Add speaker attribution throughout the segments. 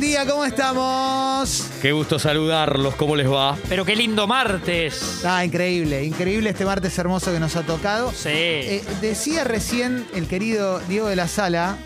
Speaker 1: día, ¿cómo estamos?
Speaker 2: Qué gusto saludarlos, ¿cómo les va?
Speaker 3: Pero qué lindo martes.
Speaker 1: Ah, increíble, increíble este martes hermoso que nos ha tocado.
Speaker 3: Sí.
Speaker 1: Eh, decía recién el querido Diego de la Sala,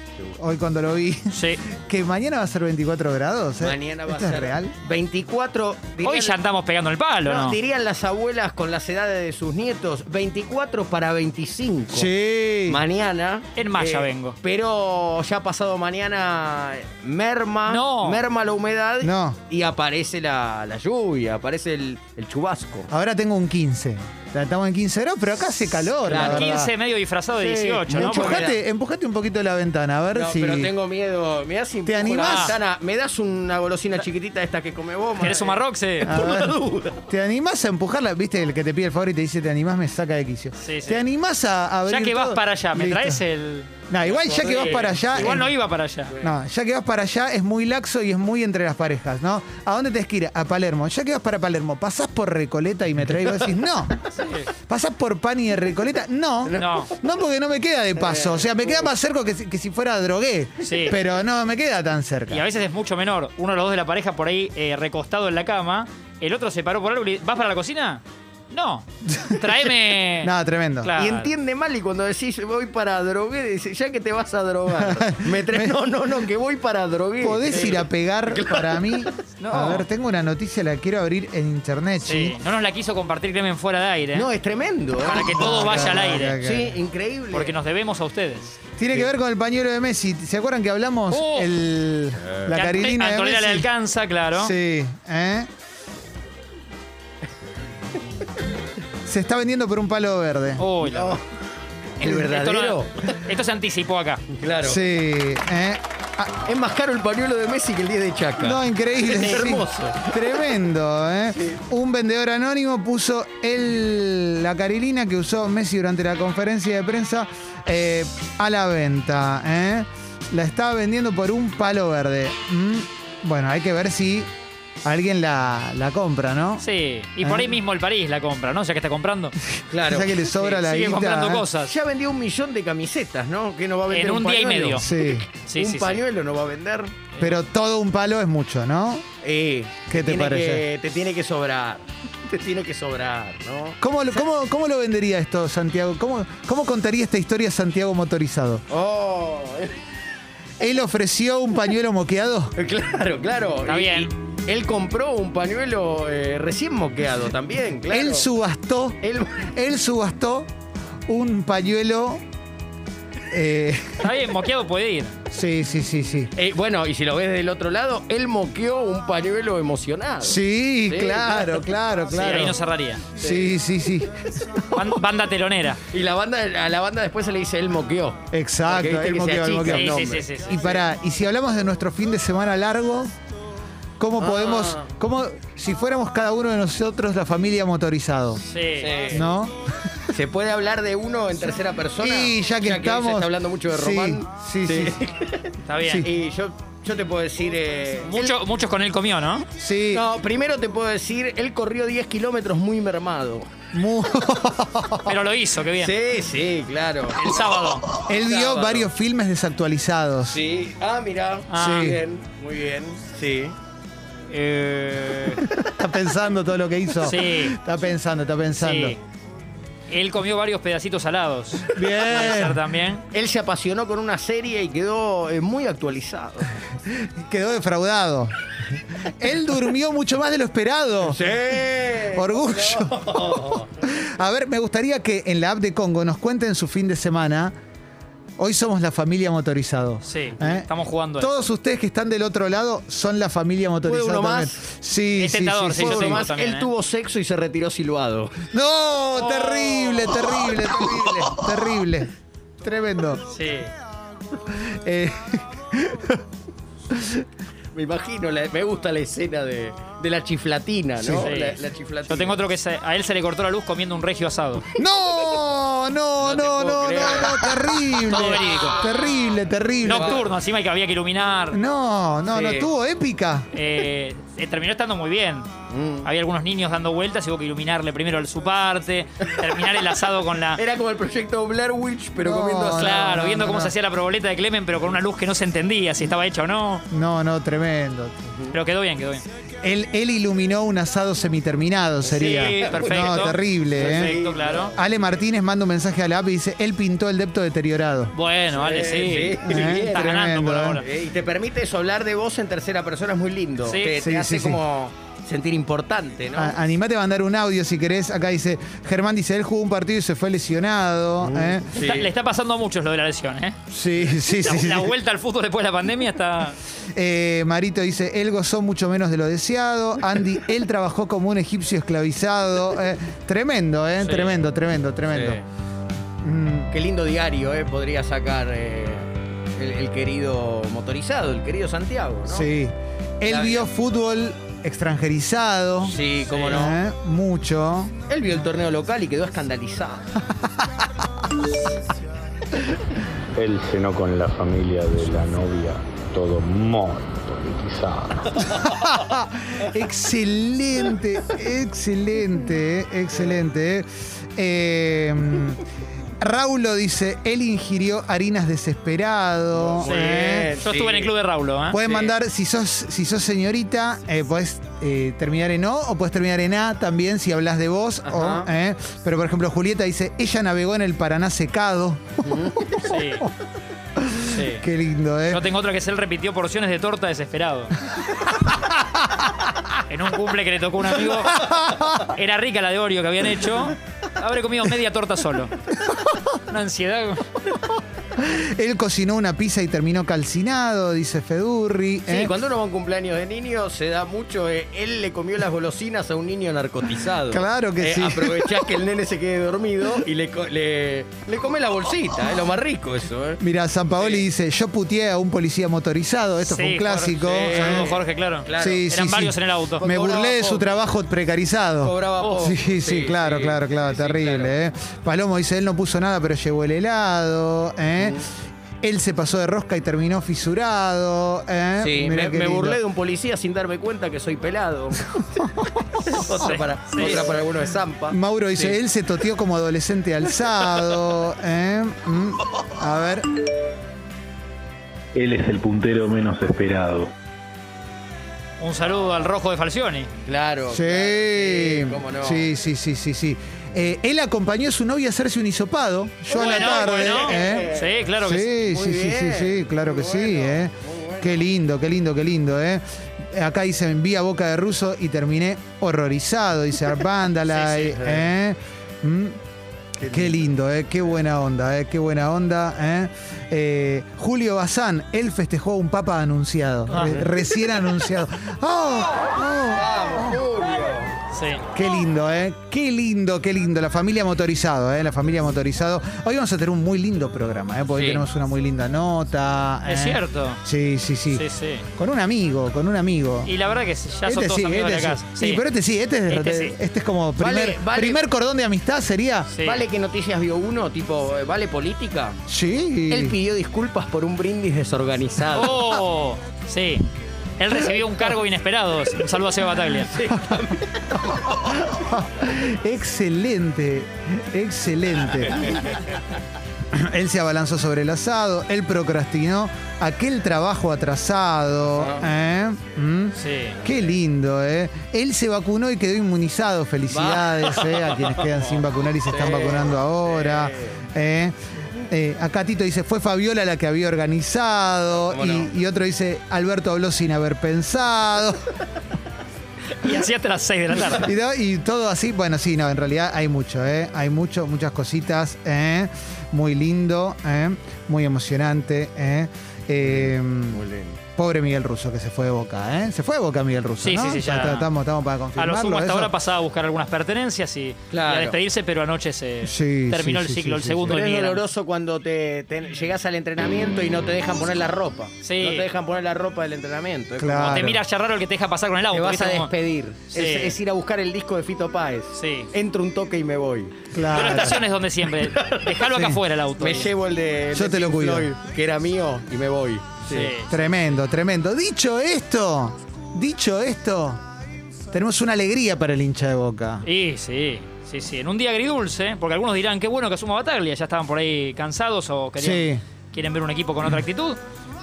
Speaker 1: hoy cuando lo vi,
Speaker 3: sí.
Speaker 1: que mañana va a ser 24 grados. ¿eh?
Speaker 4: Mañana va
Speaker 1: ¿Esto
Speaker 4: a ser
Speaker 1: es real?
Speaker 4: 24.
Speaker 3: Hoy
Speaker 4: dirían-
Speaker 3: ya andamos pegando el palo,
Speaker 4: no,
Speaker 3: ¿no?
Speaker 4: Dirían las abuelas con las edades de sus nietos, 24 para 25.
Speaker 1: Sí.
Speaker 4: Mañana. eh,
Speaker 3: En malla vengo.
Speaker 4: Pero ya pasado mañana merma,
Speaker 3: No.
Speaker 4: merma la humedad
Speaker 1: No.
Speaker 4: y aparece la, la lluvia, aparece el, el chubasco.
Speaker 1: Ahora tengo un 15. Estamos en 15 grados, pero acá hace calor. La,
Speaker 3: La
Speaker 1: verdad.
Speaker 3: 15 medio disfrazado de
Speaker 4: Sí,
Speaker 3: 18, ¿no?
Speaker 4: mucho
Speaker 3: Porque-
Speaker 4: más.
Speaker 1: Empujate, empujate un poquito la ventana, a ver
Speaker 4: No,
Speaker 1: si.
Speaker 4: pero tengo miedo. Me das sin
Speaker 1: ¿Te animás?
Speaker 4: Me das una golosina chiquitita esta que come vos.
Speaker 3: ¿Querés un
Speaker 4: madre?
Speaker 3: marroxe?
Speaker 1: A ver, ¿Te animás a empujarla? ¿Viste el que te pide el favor y te dice te animás? Me saca de quicio.
Speaker 3: Sí, sí.
Speaker 1: ¿Te animás a, a abrir
Speaker 3: Ya que vas
Speaker 1: todo?
Speaker 3: para allá, ¿me
Speaker 1: Listo.
Speaker 3: traes el...?
Speaker 1: No, igual ya que vas para allá.
Speaker 3: Igual
Speaker 1: eh,
Speaker 3: no iba para allá.
Speaker 1: No, ya que vas para allá es muy laxo y es muy entre las parejas, ¿no? ¿A dónde tenés que ir? A Palermo. Ya que vas para Palermo, ¿pasás por Recoleta y me traes? Y vos decís, no. ¿Pasás por Pani de Recoleta? No.
Speaker 3: No.
Speaker 1: No, porque no me queda de paso. O sea, me queda más cerca que si, que si fuera drogué.
Speaker 3: Sí.
Speaker 1: Pero no me queda tan cerca.
Speaker 3: Y a veces es mucho menor. Uno de los dos de la pareja por ahí eh, recostado en la cama. El otro se paró por algo y le- ¿Vas para la cocina? No. Tráeme...
Speaker 1: No, tremendo.
Speaker 3: Claro.
Speaker 4: Y entiende mal y cuando decís voy para drogué, dice, ya que te vas a drogar. Me tra- no, no, no, que voy para drogué.
Speaker 1: ¿Podés ir a pegar para mí?
Speaker 3: No.
Speaker 1: A ver, tengo una noticia, la quiero abrir en internet,
Speaker 3: Sí.
Speaker 1: sí.
Speaker 3: No nos la quiso compartir Clemen fuera de aire. ¿eh?
Speaker 4: No, es tremendo. ¿eh?
Speaker 3: Para que
Speaker 1: Ah,
Speaker 3: todo vaya al aire.
Speaker 1: que-
Speaker 4: Sí, increíble.
Speaker 3: Porque nos debemos a ustedes.
Speaker 1: Tiene que ver con el pañuelo de Messi. ¿Se acuerdan que hablamos
Speaker 3: Oh.
Speaker 1: el, la
Speaker 3: Que a-
Speaker 1: Carilina
Speaker 3: a
Speaker 1: de
Speaker 3: Antonella
Speaker 1: Messi?
Speaker 3: le alcanza, claro.
Speaker 1: Sí, ¿eh? Se está vendiendo por un palo verde.
Speaker 4: Oh,
Speaker 3: Uy, la-
Speaker 4: No. ¿El
Speaker 3: Esto, no-
Speaker 4: verdadero?
Speaker 3: esto se anticipó acá.
Speaker 4: Claro.
Speaker 1: Sí, ¿eh? Ah,
Speaker 4: Es más caro el pañuelo de Messi que el 10 de Chaca.
Speaker 1: no, increíble.
Speaker 4: Es
Speaker 1: sí.
Speaker 4: hermoso.
Speaker 1: Tremendo, ¿eh? Un vendedor anónimo puso el, la carilina que usó Messi durante la conferencia de prensa eh, a la venta, ¿eh? La estaba vendiendo por un palo verde. Mm, Bueno, hay que ver si alguien la, la compra, ¿no?
Speaker 3: Sí. Y
Speaker 1: Ah.
Speaker 3: por ahí mismo el París la compra, ¿no? Ya que está comprando.
Speaker 4: Claro.
Speaker 1: Ya que le sobra la
Speaker 3: Sigue
Speaker 1: guita,
Speaker 3: comprando
Speaker 1: ¿eh?
Speaker 3: cosas.
Speaker 4: Ya vendió un millón de camisetas, ¿no? Que no va a vender
Speaker 3: En un día y
Speaker 4: pañuelo?
Speaker 3: medio.
Speaker 1: Sí.
Speaker 3: Sí,
Speaker 4: un
Speaker 3: sí, sí.
Speaker 4: pañuelo no va a vender.
Speaker 1: Pero todo un palo es mucho, ¿no?
Speaker 4: Eh,
Speaker 1: ¿Qué te
Speaker 4: tiene
Speaker 1: parece?
Speaker 4: que- te tiene que sobrar. Te tiene que sobrar, ¿no?
Speaker 1: ¿Cómo, lo- cómo, cómo lo vendería esto, Santiago? ¿Cómo, ¿Cómo contaría esta historia Santiago motorizado?
Speaker 4: Oh,
Speaker 1: Él ofreció un pañuelo moqueado.
Speaker 4: claro, claro.
Speaker 3: Está
Speaker 4: Y-
Speaker 3: bien.
Speaker 4: y él compró un pañuelo eh, recién moqueado también, claro.
Speaker 1: Él subastó.
Speaker 4: Él-
Speaker 1: Él subastó un pañuelo. eh,
Speaker 3: Está bien, moqueado puede ir.
Speaker 1: sí, sí, sí, sí.
Speaker 4: Eh, bueno, y si lo ves del otro lado, él moqueó un pañuelo emocionado.
Speaker 1: Sí,
Speaker 4: Sí,
Speaker 1: claro, claro,
Speaker 3: Sí, ahí
Speaker 1: claro.
Speaker 3: no cerraría.
Speaker 1: Sí, sí, sí.
Speaker 3: Ban- Banda telonera.
Speaker 4: Y la banda, a la banda después se le dice él moqueó. Porque
Speaker 1: Exacto.
Speaker 4: viste
Speaker 1: El
Speaker 4: que se
Speaker 1: moqueado, el
Speaker 4: achica
Speaker 1: moqueado.
Speaker 4: el
Speaker 3: Sí, sí, sí, sí, sí.
Speaker 1: Y para, y si hablamos de nuestro fin de semana largo, ¿cómo
Speaker 4: Ah.
Speaker 1: podemos, cómo, si fuéramos cada uno de nosotros la familia motorizado?
Speaker 3: Sí.
Speaker 4: Sí.
Speaker 1: ¿No?
Speaker 4: ¿Se puede hablar de uno en tercera persona?
Speaker 1: Y ya que
Speaker 4: hoy
Speaker 1: estamos.
Speaker 4: se está hablando mucho de
Speaker 1: Sí,
Speaker 4: Román.
Speaker 1: Sí, sí, sí.
Speaker 3: Está bien.
Speaker 4: Y yo, yo te puedo decir. eh,
Speaker 3: Mucho- muchos con él comió, ¿no?
Speaker 1: Sí.
Speaker 4: él- no, primero te puedo decir, él corrió 10 kilómetros muy mermado.
Speaker 1: Mu-
Speaker 3: Pero lo hizo, qué bien.
Speaker 4: Sí, sí, claro.
Speaker 3: El sábado.
Speaker 1: Él vio
Speaker 4: Sábado.
Speaker 1: varios filmes desactualizados.
Speaker 4: Sí. Ah, mira.
Speaker 3: Ah.
Speaker 4: Muy
Speaker 1: Sí.
Speaker 4: bien, muy bien. Sí.
Speaker 3: Eh,
Speaker 1: Está pensando todo lo que hizo.
Speaker 3: Sí.
Speaker 1: Está pensando, está pensando.
Speaker 3: sí. Él comió varios pedacitos salados. Puede ser
Speaker 1: Bien.
Speaker 3: también.
Speaker 4: Él se apasionó con una serie y quedó eh, muy actualizado.
Speaker 1: Quedó defraudado. Él durmió mucho más de lo esperado.
Speaker 4: Sí.
Speaker 1: Orgullo. A ver, me gustaría que en la app de Congo nos cuenten su fin de semana. Hoy somos la familia motorizado.
Speaker 3: Sí,
Speaker 1: ¿Eh?
Speaker 3: estamos jugando. a eso.
Speaker 1: Todos ustedes que están del otro lado son la familia motorizada.
Speaker 4: uno
Speaker 1: también.
Speaker 4: más?
Speaker 1: Sí,
Speaker 3: Es
Speaker 1: sí,
Speaker 3: tentador,
Speaker 1: sí,
Speaker 3: Este
Speaker 1: sí.
Speaker 3: sí, yo
Speaker 4: Bueno,
Speaker 3: tengo
Speaker 4: más,
Speaker 3: también,
Speaker 4: él
Speaker 3: ¿eh?
Speaker 4: tuvo sexo y se retiró silbado.
Speaker 1: No, terrible,
Speaker 3: Oh.
Speaker 1: terrible, terrible, terrible. Tremendo.
Speaker 3: Sí.
Speaker 1: Eh,
Speaker 4: Me imagino, la- me gusta la escena de, de la chiflatina, ¿no?
Speaker 3: Sí.
Speaker 4: La, la chiflatina.
Speaker 3: Yo tengo otro que se- a él se le cortó la luz comiendo un regio asado.
Speaker 1: ¡No! No, no,
Speaker 3: No te
Speaker 1: no,
Speaker 3: puedo
Speaker 1: no, no,
Speaker 3: creer.
Speaker 1: no, terrible.
Speaker 3: Todo verídico.
Speaker 1: Terrible, terrible.
Speaker 3: Nocturno, encima que había que iluminar.
Speaker 1: No, no, no,
Speaker 3: Sí.
Speaker 1: estuvo épica.
Speaker 3: Eh, eh, terminó estando muy bien.
Speaker 4: Mm.
Speaker 3: Había algunos niños dando vueltas y hubo que iluminarle primero el- su parte, terminar el asado con la.
Speaker 4: Era como el proyecto Blair Witch, pero
Speaker 1: No,
Speaker 4: comiendo asado.
Speaker 3: Claro,
Speaker 1: no,
Speaker 3: viendo
Speaker 1: no,
Speaker 3: cómo
Speaker 1: no.
Speaker 3: se hacía la proboleta de Clemen, pero con una luz que no se entendía si estaba hecha o no.
Speaker 1: No, no, tremendo.
Speaker 3: Pero quedó bien, quedó bien.
Speaker 1: Él, él iluminó un asado semiterminado, sería.
Speaker 3: Sí, perfecto.
Speaker 1: No, terrible, ¿eh?
Speaker 3: Perfecto, claro.
Speaker 1: Ale Martínez manda un mensaje a la app y dice, él pintó el depto deteriorado.
Speaker 3: Bueno, vale, sí.
Speaker 4: Sí,
Speaker 1: sí.
Speaker 3: Está ganando por
Speaker 1: Tremendo,
Speaker 3: ahora.
Speaker 4: Eh, Y te permite eso, hablar de vos en tercera persona, es muy lindo.
Speaker 3: Sí. Ah,
Speaker 4: Te, te
Speaker 1: Sí,
Speaker 4: hace
Speaker 1: sí, sí.
Speaker 4: como sentir importante, ¿no?
Speaker 1: A- animate a mandar un audio si querés. Acá dice, Germán dice, él jugó un partido y se fue lesionado.
Speaker 3: Mm.
Speaker 1: ¿eh?
Speaker 4: Sí.
Speaker 3: Está- le está pasando a muchos lo de la lesión, ¿eh?
Speaker 1: Sí, sí, sí.
Speaker 3: La,
Speaker 1: sí.
Speaker 3: la vuelta al fútbol después de la pandemia está.
Speaker 1: Eh, Marito dice, él gozó mucho menos de lo deseado. Andy, él trabajó como un egipcio esclavizado. Eh, tremendo, ¿eh?
Speaker 3: Sí.
Speaker 1: Tremendo, tremendo, tremendo. Mm,
Speaker 4: Qué lindo diario, ¿eh? Podría sacar eh, el, el querido motorizado, el querido Santiago, ¿no?
Speaker 1: sí. Él
Speaker 4: La
Speaker 1: vio fútbol extranjerizado.
Speaker 4: Sí, cómo
Speaker 3: Sí.
Speaker 4: no.
Speaker 1: ¿eh? Mucho.
Speaker 4: Él vio el torneo local y quedó escandalizado.
Speaker 5: Él cenó con la familia de la novia, todo muy politizado.
Speaker 1: Excelente, excelente, eh, excelente. eh. Eh, Raulo dice, él ingirió harinas desesperado.
Speaker 4: Sí.
Speaker 1: eh.
Speaker 3: Yo estuve en el club de Raulo, ¿eh?
Speaker 1: Pueden mandar, si sos, si sos señorita, eh, podés eh, terminar en O o podés terminar en A también si hablas de vos. o,
Speaker 4: Ajá.
Speaker 1: eh. Pero por ejemplo, Julieta dice, ella navegó en el Paraná secado.
Speaker 3: Sí. Sí.
Speaker 1: Qué lindo, ¿eh?
Speaker 3: Yo tengo otra que es él repitió porciones de torta desesperado. en un cumple que le tocó a un amigo. Era rica la de Oreo que habían hecho. Habré comido media torta solo. Una ansiedad.
Speaker 1: Él cocinó una pizza y terminó calcinado, dice Fedurri.
Speaker 4: Sí,
Speaker 1: eh.
Speaker 4: cuando uno va a un cumpleaños de niño se da mucho. eh, él le comió las golosinas a un niño narcotizado.
Speaker 1: Claro que sí.
Speaker 4: Aprovechás que el nene se quede dormido y le, co- le, le come la bolsita. Es lo más rico eso, ¿eh?
Speaker 1: Mira, San Paoli dice, yo puteé a un policía motorizado, esto fue
Speaker 3: Sí,
Speaker 1: un clásico.
Speaker 3: Jorge, sí,
Speaker 1: Eh,
Speaker 3: saludos, Jorge, claro.
Speaker 4: Claro.
Speaker 1: sí,
Speaker 3: Eran
Speaker 1: sí,
Speaker 3: varios
Speaker 1: sí.
Speaker 3: en el auto.
Speaker 1: Me burlé de su
Speaker 4: Cobraba
Speaker 1: trabajo precarizado.
Speaker 4: Cobraba poco.
Speaker 1: Sí, sí, claro, claro, claro,
Speaker 4: Oh. sí, sí,
Speaker 1: terrible.
Speaker 4: claro.
Speaker 1: ¿eh? Palomo dice, él no puso nada, pero llevó el helado. ¿eh?
Speaker 4: Mm.
Speaker 1: Él se pasó de rosca y terminó fisurado. ¿eh?
Speaker 4: Sí,
Speaker 1: Mirá
Speaker 4: me,
Speaker 1: qué
Speaker 4: me
Speaker 1: lindo.
Speaker 4: burlé de un policía sin darme cuenta que soy pelado. otra, para,
Speaker 3: Sí.
Speaker 4: otra para alguno de Zampa.
Speaker 1: Mauro dice,
Speaker 4: Sí.
Speaker 1: él se toteó como adolescente alzado. ¿eh? Mm, A ver,
Speaker 5: Él es el puntero menos esperado.
Speaker 3: Un saludo al rojo de Falcioni.
Speaker 4: Oh, Claro.
Speaker 1: sí.
Speaker 4: claro, cómo no.
Speaker 1: Sí, sí, sí, sí, sí. Eh, él acompañó a su novia a hacerse un hisopado. Yo a la
Speaker 3: Bueno,
Speaker 1: tarde.
Speaker 3: bueno.
Speaker 1: ¿eh?
Speaker 3: Sí, claro que sí.
Speaker 1: Sí,
Speaker 4: Muy
Speaker 1: sí, sí, sí,
Speaker 4: bien,
Speaker 1: sí, claro que
Speaker 4: muy
Speaker 1: sí,
Speaker 4: bueno,
Speaker 1: ¿eh?
Speaker 4: muy bueno.
Speaker 1: Qué lindo, qué lindo, qué lindo, ¿eh? Acá dice, envía boca de ruso y terminé horrorizado, dice Arpándala,
Speaker 3: Sí, sí,
Speaker 1: ¿eh? Mm. Qué lindo, ¿eh? Qué buena onda, ¿eh? Qué buena onda, ¿eh? Eh, Julio Bazán, él festejó a un papa anunciado,
Speaker 3: Ah.
Speaker 1: re- recién anunciado. ¡Oh! ¡Oh!
Speaker 4: Vamos, Julio.
Speaker 3: Sí.
Speaker 1: Qué lindo, ¿eh? Qué lindo, qué lindo. La familia motorizado, ¿eh? La familia motorizado. Hoy vamos a tener un muy lindo programa, ¿eh? Porque hoy
Speaker 4: Sí.
Speaker 1: tenemos una muy linda nota.
Speaker 3: Es
Speaker 1: ¿eh?
Speaker 3: cierto.
Speaker 1: Sí, sí, sí,
Speaker 3: Sí, sí.
Speaker 1: Con un amigo, con un amigo.
Speaker 3: Y la verdad que sí, ya son todos amigos de
Speaker 1: este
Speaker 3: la casa.
Speaker 1: sí. Sí, pero este sí, este es,
Speaker 3: Este
Speaker 1: de-
Speaker 3: sí.
Speaker 1: este es como
Speaker 4: Vale,
Speaker 1: primer,
Speaker 4: vale.
Speaker 1: primer cordón de amistad sería.
Speaker 3: Sí.
Speaker 4: ¿Vale qué noticias vio uno? Tipo, eh, ¿vale política?
Speaker 1: Sí.
Speaker 4: Él pidió disculpas por un brindis desorganizado.
Speaker 3: ¡Oh! Sí. Él recibió un cargo inesperado. Un saludo a Seba Bataglia.
Speaker 1: Excelente, excelente. Él se abalanzó sobre el asado, él procrastinó aquel trabajo atrasado.
Speaker 3: Ah.
Speaker 1: ¿eh? ¿Mm?
Speaker 3: Sí.
Speaker 1: Qué lindo, ¿eh? Él se vacunó y quedó inmunizado. Felicidades ¿eh? a quienes quedan sin vacunar y se están
Speaker 4: Sí,
Speaker 1: vacunando ahora. ¿eh? Eh, acá Tito dice, fue Fabiola la que había organizado.
Speaker 4: ¿Cómo
Speaker 1: Y,
Speaker 4: no?
Speaker 1: y otro dice, Alberto habló sin haber pensado.
Speaker 3: Y así hasta las 6 de la tarde.
Speaker 1: Y, do- y todo así, bueno, sí, no, en realidad hay mucho, ¿eh? Hay mucho, muchas cositas, ¿eh? Muy lindo, ¿eh? Muy emocionante, ¿eh? Eh, Pobre Miguel Russo que se fue de boca, ¿eh? Se fue de boca Miguel Russo.
Speaker 3: Sí,
Speaker 1: ¿no?
Speaker 3: sí, sí, ya.
Speaker 1: Está- Estamos, estamos para
Speaker 3: A
Speaker 1: confirmarlo.
Speaker 3: lo sumo hasta
Speaker 1: eso.
Speaker 3: ahora pasaba a buscar algunas pertenencias y,
Speaker 4: Claro.
Speaker 3: y a despedirse, pero anoche se
Speaker 1: Sí,
Speaker 3: terminó
Speaker 1: sí,
Speaker 3: el
Speaker 1: sí, sí,
Speaker 3: ciclo, el
Speaker 1: sí,
Speaker 3: segundo
Speaker 4: Pero
Speaker 3: de
Speaker 4: es
Speaker 3: Miguel.
Speaker 4: doloroso cuando te, te- llegás al entrenamiento y no te dejan poner la ropa.
Speaker 3: Sí.
Speaker 4: No te dejan poner la ropa del entrenamiento. Es como-
Speaker 1: Claro.
Speaker 3: Te mira ya raro el que te deja pasar con el auto.
Speaker 4: Te vas
Speaker 3: ¿viste?
Speaker 4: a
Speaker 3: Como-
Speaker 4: despedir.
Speaker 3: Sí.
Speaker 4: Es, es ir a buscar el disco de Fito Páez.
Speaker 3: Sí.
Speaker 4: Entro un toque y me voy.
Speaker 3: Yo en la
Speaker 1: Claro.
Speaker 3: estación es donde siempre. Dejalo acá afuera el auto.
Speaker 4: Me llevo el de, el
Speaker 1: Yo
Speaker 4: de
Speaker 1: te lo
Speaker 4: Pink
Speaker 1: cuido.
Speaker 4: Floyd, que era mío, y me voy.
Speaker 3: Sí.
Speaker 1: Tremendo, tremendo. Dicho esto, dicho esto, tenemos una alegría para el hincha de boca.
Speaker 3: Y sí, sí, sí. En un día agridulce, porque algunos dirán, qué bueno que asuma Bataglia, ya estaban por ahí cansados o querían,
Speaker 1: Sí.
Speaker 3: quieren ver un equipo con otra actitud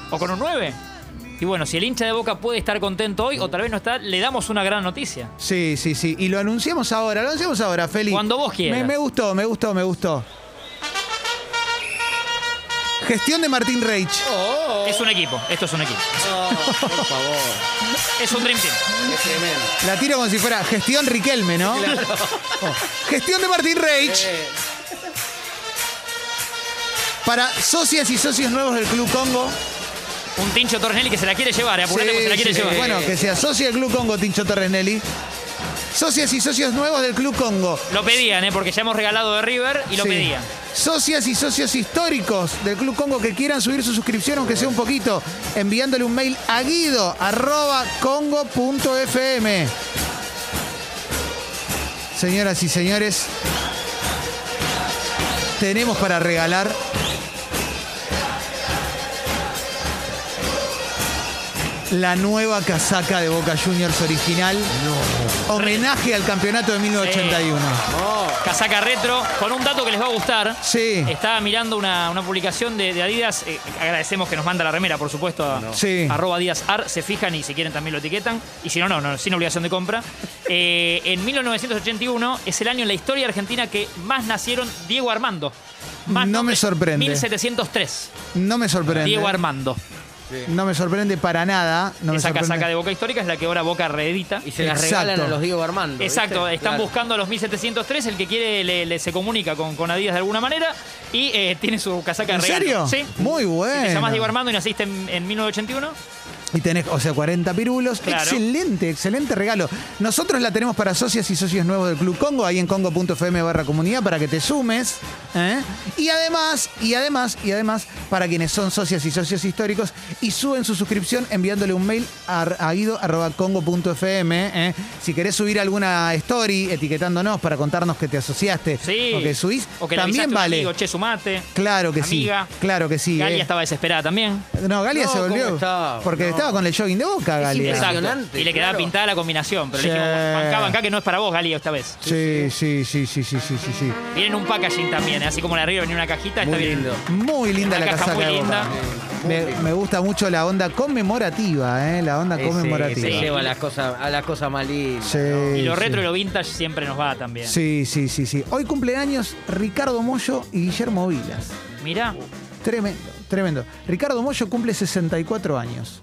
Speaker 3: o con un 9. Y bueno, si el hincha de Boca puede estar contento hoy o tal vez no está, le damos una gran noticia.
Speaker 1: Sí, sí, sí. Y lo anunciamos ahora, lo anunciamos ahora, Feli.
Speaker 3: Cuando vos quieras.
Speaker 1: Me, me gustó, me gustó, me gustó. Gestión de Martín Reich.
Speaker 3: Es un equipo, esto es un equipo.
Speaker 4: Oh, por favor.
Speaker 3: Es un Dream Team.
Speaker 4: Es tremendo.
Speaker 1: La tiro como si fuera gestión Riquelme, ¿no? Oh. Gestión de Martín Reich. Para socias y socios nuevos del Club Congo.
Speaker 3: Un Tincho Tornelli que se la quiere llevar, eh, apurate porque se la quiere
Speaker 1: Sí, sí,
Speaker 3: llevar.
Speaker 1: Bueno, que se asocie al Club Congo, Tincho Torrenelli. Socias y socios nuevos del Club Congo.
Speaker 3: Lo pedían, eh, porque ya hemos regalado de River y lo
Speaker 1: Sí.
Speaker 3: pedían.
Speaker 1: Socias y socios históricos del Club Congo que quieran subir su suscripción, aunque sea un poquito, enviándole un mail a guido arroba congo.fm. Señoras y señores, tenemos para regalar. La nueva casaca de Boca Juniors original. Homenaje al campeonato de 1981.
Speaker 3: Casaca retro, con un dato que les va a gustar.
Speaker 1: Sí.
Speaker 3: Estaba mirando una, una publicación de, de Adidas. eh, agradecemos que nos manda la remera, por supuesto. a-
Speaker 1: Sí.
Speaker 3: Arroba Adidas Ar, se fijan y si quieren también lo etiquetan. Y si no, no, no sin obligación de compra. Eh, en 1981 es el año en la historia argentina que más nacieron Diego Armando. Más
Speaker 1: No me
Speaker 3: nombres,
Speaker 1: sorprende.
Speaker 3: 1703.
Speaker 1: No me sorprende.
Speaker 3: Diego Armando.
Speaker 1: No me sorprende para nada. No me
Speaker 3: Esa
Speaker 1: sorprende.
Speaker 3: casaca de Boca Histórica es la que ahora Boca reedita.
Speaker 4: Y se las
Speaker 1: Exacto.
Speaker 4: regalan a los Diego Armando.
Speaker 3: Exacto,
Speaker 4: ¿viste?
Speaker 3: están
Speaker 4: Claro.
Speaker 3: buscando a los 1703, el que quiere le, le- se comunica con, con Adidas de alguna manera y eh, tiene su casaca de
Speaker 1: ¿En serio?
Speaker 3: regalo. Sí.
Speaker 1: Muy
Speaker 3: Si te
Speaker 1: bueno.
Speaker 3: llamás Diego Armando y naciste en, en 1981,
Speaker 1: Y tenés, o sea, 40 pirulos.
Speaker 3: Claro.
Speaker 1: Excelente, excelente regalo. Nosotros la tenemos para socias y socios nuevos del Club Congo, ahí en congo.fm barra comunidad para que te sumes. ¿eh? Y además, y además, y además, para quienes son socias y socios históricos y suben su suscripción enviándole un mail a, a guido.congo.fm. ¿eh? Si querés subir alguna story etiquetándonos para contarnos que te asociaste
Speaker 3: sí.
Speaker 1: o que subís,
Speaker 3: o que le avisaste a
Speaker 1: también
Speaker 3: un
Speaker 1: vale.
Speaker 3: amigo, che, sumate.
Speaker 1: Claro que
Speaker 3: Amiga.
Speaker 1: sí. Claro que sí.
Speaker 3: Galia
Speaker 1: eh.
Speaker 3: estaba desesperada también.
Speaker 1: No, Galia
Speaker 4: No,
Speaker 1: se
Speaker 4: ¿cómo
Speaker 1: volvió.
Speaker 4: estaba?
Speaker 1: Porque
Speaker 4: No.
Speaker 1: estaba con el jogging de boca, Galia.
Speaker 4: Exacto.
Speaker 3: Exacto. Y le quedaba
Speaker 4: claro.
Speaker 3: pintada la combinación, pero
Speaker 1: Sí.
Speaker 3: le dijimos, bancá, bancá, que no es para vos, Galia, esta vez.
Speaker 1: Sí, sí, sí, sí, sí, sí, sí, sí.
Speaker 3: Vienen un packaging también, ¿eh? así como la de arriba venía una cajita,
Speaker 4: Muy
Speaker 3: está bien.
Speaker 4: lindo.
Speaker 1: Muy linda
Speaker 3: Una
Speaker 1: la
Speaker 3: caja
Speaker 1: casaca
Speaker 3: muy
Speaker 1: de
Speaker 3: linda.
Speaker 1: Boca. Me, me gusta mucho la onda conmemorativa, ¿eh? La onda
Speaker 4: Ese-
Speaker 1: conmemorativa.
Speaker 4: Se lleva a las cosas, a las cosas más lindas.
Speaker 1: Sí,
Speaker 3: Y lo
Speaker 1: sí.
Speaker 3: retro y lo vintage siempre nos va también.
Speaker 1: Sí, sí, sí, sí. Hoy cumpleaños Ricardo Mollo y Guillermo Vilas.
Speaker 3: Mirá,
Speaker 1: Tremendo, tremendo. Ricardo Mollo cumple 64 años.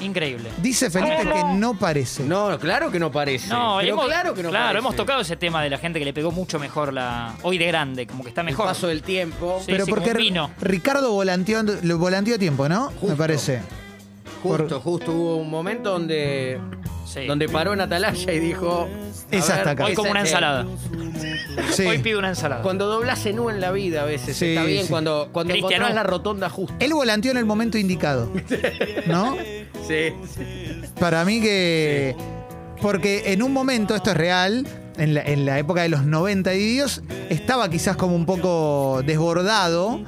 Speaker 3: increíble.
Speaker 1: Dice Felipe que no parece.
Speaker 4: No, claro que no parece.
Speaker 3: No,
Speaker 4: Pero
Speaker 3: hemos,
Speaker 4: claro que no
Speaker 3: claro,
Speaker 4: parece.
Speaker 3: hemos tocado ese tema de la gente que le pegó mucho mejor la. Hoy de grande, como que está
Speaker 4: El
Speaker 3: mejor.
Speaker 4: paso del tiempo.
Speaker 3: Sí.
Speaker 1: Pero porque
Speaker 3: como un vino.
Speaker 1: Ricardo volanteó, lo volanteó a tiempo, ¿no? Me
Speaker 4: Justo.
Speaker 1: parece.
Speaker 4: Justo, justo hubo un momento donde,
Speaker 3: Sí.
Speaker 4: donde paró en Atalaya y dijo. a
Speaker 1: Es hasta acá.
Speaker 3: Hoy como una
Speaker 4: esa-
Speaker 3: ensalada.
Speaker 1: Sí.
Speaker 3: Hoy pido una ensalada.
Speaker 4: Cuando doblás en U en la vida a veces,
Speaker 1: Sí,
Speaker 4: está bien
Speaker 1: sí.
Speaker 4: cuando, cuando
Speaker 3: Cristiano.
Speaker 4: encontrás la rotonda justa.
Speaker 1: Él volanteó en el momento indicado. ¿No?
Speaker 4: Sí,
Speaker 1: Para mí que. Porque en un momento, esto es real, en la, en la época de los 90 y Dios, estaba quizás como un poco desbordado.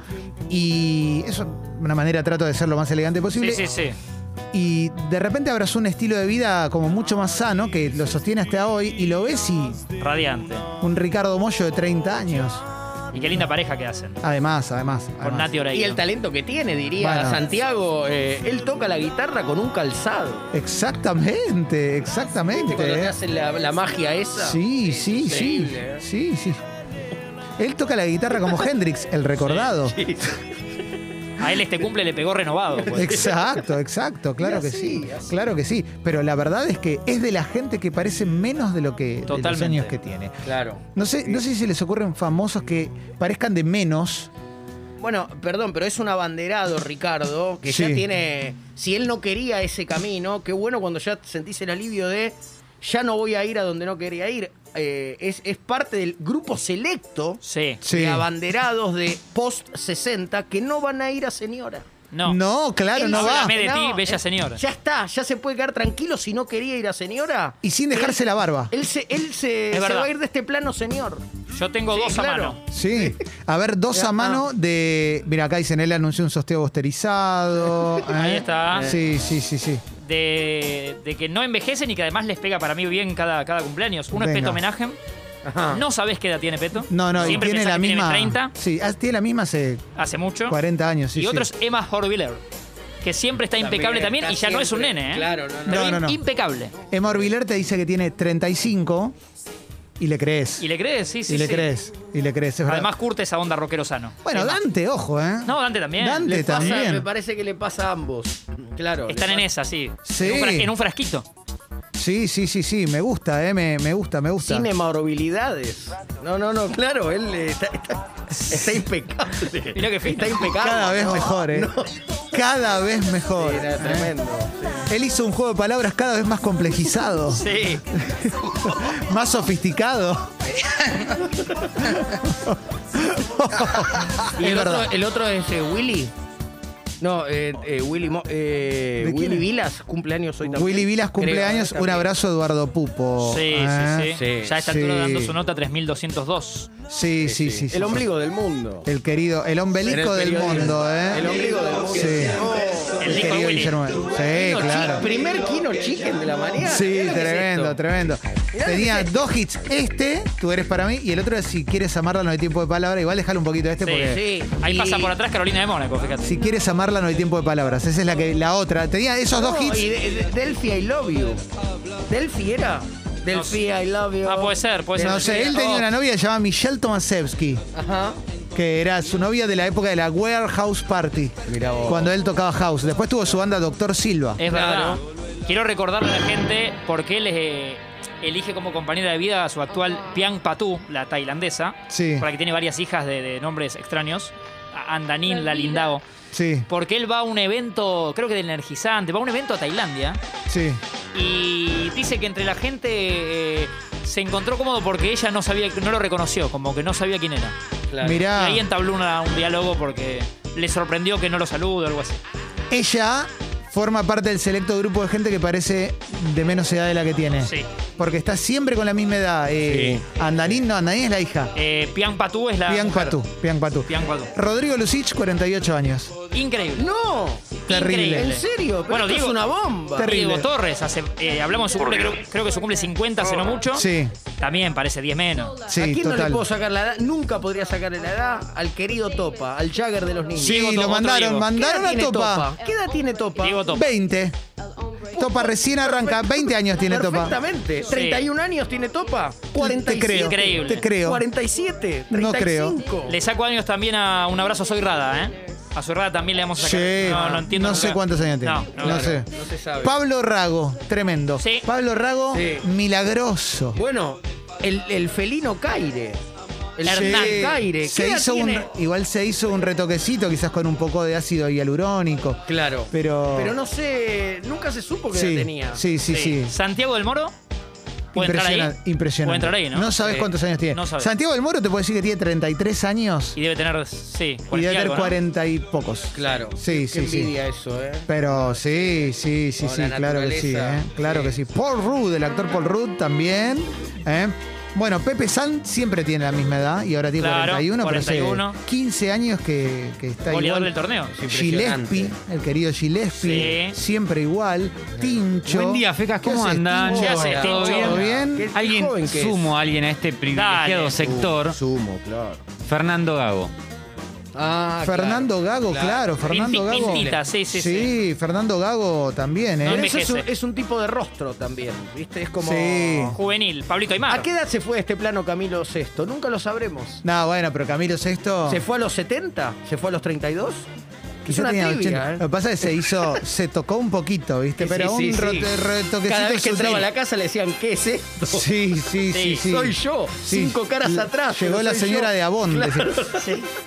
Speaker 1: Y eso, de una manera, trato de ser lo más elegante
Speaker 3: sí,
Speaker 1: posible.
Speaker 3: sí, sí.
Speaker 1: Y de repente abrazó un estilo de vida como mucho más sano que lo sostiene hasta hoy. Y lo ves y
Speaker 3: Radiante.
Speaker 1: un Ricardo Mollo de 30 años.
Speaker 3: Y qué linda pareja que hacen.
Speaker 1: Además, además.
Speaker 3: Con
Speaker 1: además.
Speaker 3: Nati Oreiro.
Speaker 4: Y el talento que tiene, diría
Speaker 1: Bueno.
Speaker 4: Santiago. eh, él toca la guitarra con un calzado.
Speaker 1: Exactamente, exactamente.
Speaker 4: ¿Viste cuando te
Speaker 1: eh.
Speaker 4: hacen la, la magia esa?
Speaker 1: Sí, sí, sí.
Speaker 4: Increíble, ¿eh?
Speaker 1: Sí, sí. Él toca la guitarra como Hendrix, el recordado.
Speaker 3: A él este cumple le pegó renovado. pues.
Speaker 1: Exacto, exacto, claro que sí. Claro que sí. Pero la verdad es que es de la gente que parece menos de lo que de los
Speaker 3: Totalmente.
Speaker 1: años que tiene.
Speaker 4: Claro.
Speaker 1: No sé, no sé si se les ocurren famosos que parezcan de menos
Speaker 4: Bueno, perdón, pero es un abanderado, Ricardo, que
Speaker 1: Sí.
Speaker 4: ya tiene. Si él no quería ese camino, qué bueno cuando ya sentís el alivio de ya no voy a ir a donde no quería ir. Eh, es, es parte del grupo selecto
Speaker 3: Sí.
Speaker 1: Sí.
Speaker 4: de abanderados de post 60 que no van a ir a señora.
Speaker 3: No.
Speaker 1: claro,
Speaker 4: Él
Speaker 1: no va.
Speaker 3: Háblame de ti,
Speaker 4: No,
Speaker 3: bella
Speaker 4: él-
Speaker 3: señora.
Speaker 4: Ya está, ya se puede quedar tranquilo si no quería ir a señora.
Speaker 1: Y sin dejarse la barba.
Speaker 4: Él se, él se,
Speaker 3: Es
Speaker 4: se
Speaker 3: verdad.
Speaker 4: va a ir de este plano, señor.
Speaker 3: Yo tengo
Speaker 4: Sí,
Speaker 3: dos
Speaker 4: claro.
Speaker 3: a mano.
Speaker 1: Sí. A ver, dos a
Speaker 4: Ah.
Speaker 1: mano de. Mira, acá dicen, él anunció un sosteo austerizado.
Speaker 3: Ahí
Speaker 1: ¿eh?
Speaker 3: está.
Speaker 1: Sí, sí, sí, sí.
Speaker 3: De, de que no envejecen y que además les pega para mí bien cada, cada cumpleaños. Uno es
Speaker 1: Venga.
Speaker 3: Peto Homenaje.
Speaker 4: Ah.
Speaker 3: No sabés qué edad tiene Peto.
Speaker 1: No, no,
Speaker 3: Siempre
Speaker 1: y tiene
Speaker 3: pensás
Speaker 1: la
Speaker 3: que
Speaker 1: misma.
Speaker 3: 30,
Speaker 1: Sí, ah, tiene la misma hace
Speaker 3: hace mucho.
Speaker 1: 40 años, sí.
Speaker 3: y
Speaker 1: sí.
Speaker 3: otro es Emma Horviller, que siempre está impecable también
Speaker 4: está
Speaker 3: y ya no es un
Speaker 4: siempre.
Speaker 3: nene, ¿eh?
Speaker 4: Claro, no, no.
Speaker 3: Pero
Speaker 1: No, no, no.
Speaker 3: impecable.
Speaker 1: Emma Orbiler te dice que tiene 35 y le crees.
Speaker 3: ¿Y le crees? Sí, sí.
Speaker 1: Y le
Speaker 3: sí.
Speaker 1: crees. Y le crees, es verdad.
Speaker 3: Además, curte esa onda rockero sano.
Speaker 1: bueno,
Speaker 3: Emma.
Speaker 1: Dante, ojo, ¿eh?
Speaker 3: No, Dante también.
Speaker 1: Dante
Speaker 4: Pasa- me
Speaker 1: también.
Speaker 4: parece que le pasa a ambos. Claro.
Speaker 3: Están
Speaker 4: le
Speaker 3: en
Speaker 4: pasa-
Speaker 3: esa, sí.
Speaker 1: Sí.
Speaker 3: En un, fras- en un frasquito.
Speaker 1: Sí, sí, sí, sí. Me gusta, ¿eh? Me, me gusta, me gusta.
Speaker 4: Sin habilidades. No, no, no, claro, él eh, está, está- está impecable.
Speaker 3: Mirá qué fino.
Speaker 4: Está impecable.
Speaker 1: Cada vez
Speaker 4: No,
Speaker 1: mejor, ¿eh?
Speaker 4: no.
Speaker 1: Cada vez mejor.
Speaker 4: Era
Speaker 1: ¿eh?
Speaker 4: tremendo.
Speaker 1: Él hizo un juego de palabras cada vez más complejizado,
Speaker 3: Sí.
Speaker 1: más sofisticado.
Speaker 4: ¿Y
Speaker 1: Es
Speaker 4: el otro,
Speaker 1: verdad.
Speaker 4: el otro es eh, Willy? No, eh, eh, Willy, Mo- eh,
Speaker 1: ¿De quién
Speaker 4: Willy
Speaker 1: es?
Speaker 4: Vilas, cumpleaños hoy también.
Speaker 1: Willy Vilas, cumpleaños.
Speaker 4: Creo, eh,
Speaker 1: Un abrazo, Eduardo Pupo.
Speaker 3: Sí, sí,
Speaker 1: ¿eh?
Speaker 3: sí, Ya a esta
Speaker 1: Sí.
Speaker 3: altura dando su nota 3202.
Speaker 1: Sí, sí, sí. sí.
Speaker 4: El ombligo del mundo.
Speaker 1: El querido, el ombelico
Speaker 4: En el
Speaker 1: del
Speaker 4: periodismo.
Speaker 1: mundo, ¿eh?
Speaker 4: El ombligo del mundo.
Speaker 1: Sí.
Speaker 4: Oh.
Speaker 3: El disco de
Speaker 1: querido
Speaker 3: Willy.
Speaker 1: Guillermo. Sí,
Speaker 4: Kino
Speaker 1: claro.
Speaker 4: Chicken, Primer Kino Chicken de la mañana.
Speaker 1: Sí,
Speaker 4: Mirá lo que es
Speaker 1: tremendo,
Speaker 4: esto.
Speaker 1: tremendo.
Speaker 4: Mirá lo
Speaker 1: Tenía
Speaker 4: que es
Speaker 1: dos hits. Este, tú eres para mí, y el otro es si quieres amarla no hay tiempo de palabra. Igual dejale un poquito a este
Speaker 3: Sí,
Speaker 1: porque.
Speaker 4: sí.
Speaker 3: Ahí
Speaker 4: Y-
Speaker 3: pasa por atrás Carolina de Mónaco, fíjate.
Speaker 1: Si quieres amarla no hay tiempo de palabras. Esa es la que la otra. Tenía esos dos
Speaker 4: No,
Speaker 1: hits.
Speaker 4: Oh, Y de- de- Delphi I Love You. Delphi era. Delphi I Love You.
Speaker 3: Ah, puede ser, puede ser. Oh.
Speaker 1: No sé, él tenía una novia llamada Michelle Tomasevsky,
Speaker 4: Ajá.
Speaker 1: que era su novia de la época de la Warehouse Party.
Speaker 4: Mirá vos. Eh.
Speaker 1: Cuando él tocaba house. Después tuvo su banda Doctor Silva.
Speaker 3: Es verdad. Quiero recordarle a la gente por qué les eh, elige como compañera de vida a su actual Piang Patu, la tailandesa.
Speaker 1: Sí.
Speaker 3: Para que tiene varias hijas de, de nombres extraños. A- Andanin, la Lindao.
Speaker 1: Sí,
Speaker 3: Porque él va a un evento, creo que de energizante, va a un evento a Tailandia.
Speaker 1: sí.
Speaker 3: y dice que entre la gente eh, se encontró cómodo porque ella no sabía, no lo reconoció, como que no sabía quién era.
Speaker 4: Claro.
Speaker 1: Mirá,
Speaker 3: Y ahí entabló una- un diálogo porque le sorprendió que no lo saludo o algo así.
Speaker 1: ella forma parte del selecto grupo de gente que parece de menos edad de la que tiene.
Speaker 3: Sí.
Speaker 1: Porque está siempre con la misma edad. eh, Andanín, no, Andanín es la hija.
Speaker 3: Eh, Piang Patú es la.
Speaker 1: Pian
Speaker 3: mujer.
Speaker 1: Patú, Pian Patú.
Speaker 3: Piang Patú.
Speaker 1: Rodrigo Lucich, 48 años.
Speaker 3: Increíble.
Speaker 4: No.
Speaker 1: Terrible.
Speaker 3: Increíble.
Speaker 4: ¿En serio? Pero
Speaker 3: bueno,
Speaker 4: esto
Speaker 3: Diego,
Speaker 4: es una bomba.
Speaker 1: Terrible.
Speaker 3: Diego Torres, hace- eh, hablamos de su cumple, creo, creo que su cumple 50 hace no mucho.
Speaker 1: Sí,
Speaker 3: También parece 10 menos.
Speaker 1: sí,
Speaker 4: ¿A quién no le
Speaker 1: total.
Speaker 4: puedo sacar la edad? Nunca podría sacarle la edad al querido Topa, al Jagger de los niños.
Speaker 1: sí,
Speaker 3: Diego
Speaker 1: lo
Speaker 3: Topa,
Speaker 1: mandaron,
Speaker 3: Diego.
Speaker 4: ¿Qué edad
Speaker 1: mandaron a
Speaker 4: tiene
Speaker 1: Topa.
Speaker 4: ¿Qué edad tiene Topa?
Speaker 3: Diego Topa.
Speaker 1: 20. Topa recién arranca, 20 años tiene Topa.
Speaker 4: Perfectamente. 31 años tiene Topa.
Speaker 1: Te
Speaker 4: 47.
Speaker 1: creo,
Speaker 3: Increíble.
Speaker 1: te creo.
Speaker 4: 47. 35.
Speaker 1: No creo.
Speaker 3: Le saco años también a un abrazo a Soy Rada, ¿eh? A Soy Rada también le vamos a sacar.
Speaker 1: Sí,
Speaker 3: no, no entiendo.
Speaker 1: sé cuántos años tiene.
Speaker 3: No,
Speaker 1: No,
Speaker 3: no, claro.
Speaker 1: sé.
Speaker 4: No se sabe.
Speaker 1: Pablo Rago, tremendo.
Speaker 3: Sí.
Speaker 1: Pablo Rago,
Speaker 4: Sí.
Speaker 1: milagroso.
Speaker 4: Bueno, el, el felino Caire. El
Speaker 3: Sí.
Speaker 4: Hernán Caire. ¿Qué
Speaker 1: Se
Speaker 4: edad
Speaker 1: hizo un,
Speaker 4: tiene?
Speaker 1: igual se hizo un retoquecito, quizás con un poco de ácido hialurónico.
Speaker 4: Claro.
Speaker 1: Pero-
Speaker 4: Pero no sé. Nunca se supo qué
Speaker 1: Sí,
Speaker 4: edad tenía.
Speaker 1: sí, sí, sí.
Speaker 3: Santiago del Moro. ¿Puede entrar ahí?
Speaker 1: Impresionante. impresionante.
Speaker 3: Puede entrar ahí, ¿no?
Speaker 1: sabes
Speaker 4: Sí.
Speaker 1: cuántos años tiene.
Speaker 3: No sabés.
Speaker 1: Santiago del Moro te puede decir que tiene 33 años
Speaker 3: Y debe tener, sí, 40
Speaker 1: y debe
Speaker 3: y
Speaker 1: tener
Speaker 3: algo, ¿no?
Speaker 1: 40 y pocos.
Speaker 4: Claro.
Speaker 1: Sí, sí,
Speaker 4: Qué
Speaker 1: sí.
Speaker 4: envidia eso, ¿eh?
Speaker 1: Pero sí, sí, sí,
Speaker 4: No,
Speaker 1: sí,
Speaker 4: la
Speaker 1: claro que sí,
Speaker 4: naturaleza.
Speaker 1: ¿eh? claro que sí. Paul Rudd, el actor Paul Rudd también. ¿eh? Bueno, Pepe San siempre tiene la misma edad y ahora tiene
Speaker 3: Claro,
Speaker 1: 41, pero
Speaker 3: 41.
Speaker 1: hace 15 años que, que está
Speaker 3: Goleador
Speaker 1: igual.
Speaker 3: del torneo.
Speaker 4: Es impresionante.
Speaker 1: Gillespie, el querido Gillespie,
Speaker 3: Sí.
Speaker 1: siempre igual. Tincho.
Speaker 6: Buen día, fecas,
Speaker 1: ¿Qué
Speaker 6: ¿cómo
Speaker 1: haces,
Speaker 6: andan?
Speaker 1: Tincho?
Speaker 3: ¿Qué haces,
Speaker 6: ¿Todo
Speaker 3: Tincho?
Speaker 6: bien?
Speaker 1: ¿Todo bien?
Speaker 4: Qué joven
Speaker 6: Alguien,
Speaker 4: que es. Uh.
Speaker 6: sumo a alguien a este privilegiado
Speaker 3: Dale.
Speaker 6: sector,
Speaker 4: Sumo, claro.
Speaker 6: Fernando Gago.
Speaker 4: Ah, claro.
Speaker 1: Fernando Gago, claro, Fernando
Speaker 3: Pinti-
Speaker 1: Gago.
Speaker 3: pintita, sí, sí,
Speaker 1: Fernando Gago también, ¿eh?
Speaker 3: No
Speaker 4: Pero eso es un,
Speaker 3: envejece.
Speaker 4: es un tipo de rostro también, ¿viste? Es como.
Speaker 1: Sí.
Speaker 3: Juvenil, Pablito Aymar.
Speaker 4: ¿A qué edad se fue de este plano Camilo VI? Nunca lo sabremos.
Speaker 1: No, bueno, pero Camilo Sexto.
Speaker 4: ¿Se fue a los 70? ¿Se fue a los 32?
Speaker 1: Quizá
Speaker 4: una
Speaker 1: tenía
Speaker 4: tibia,
Speaker 1: 80.
Speaker 4: ¿eh?
Speaker 1: Lo que pasa es que se hizo, se tocó un poquito, ¿viste?
Speaker 4: Sí,
Speaker 1: Pero
Speaker 4: sí,
Speaker 1: un
Speaker 4: sí,
Speaker 1: rote-
Speaker 4: sí.
Speaker 1: retoquecito
Speaker 4: Cada vez que
Speaker 1: sutil.
Speaker 4: entraba a la casa le decían, ¿qué es esto?
Speaker 1: Sí, sí, sí,
Speaker 3: Sí,
Speaker 1: sí.
Speaker 4: Soy yo,
Speaker 1: Sí.
Speaker 4: cinco caras
Speaker 1: L-
Speaker 4: atrás.
Speaker 1: Llegó
Speaker 4: pero
Speaker 1: la
Speaker 4: soy
Speaker 1: señora
Speaker 4: yo.
Speaker 1: de Avon. decía.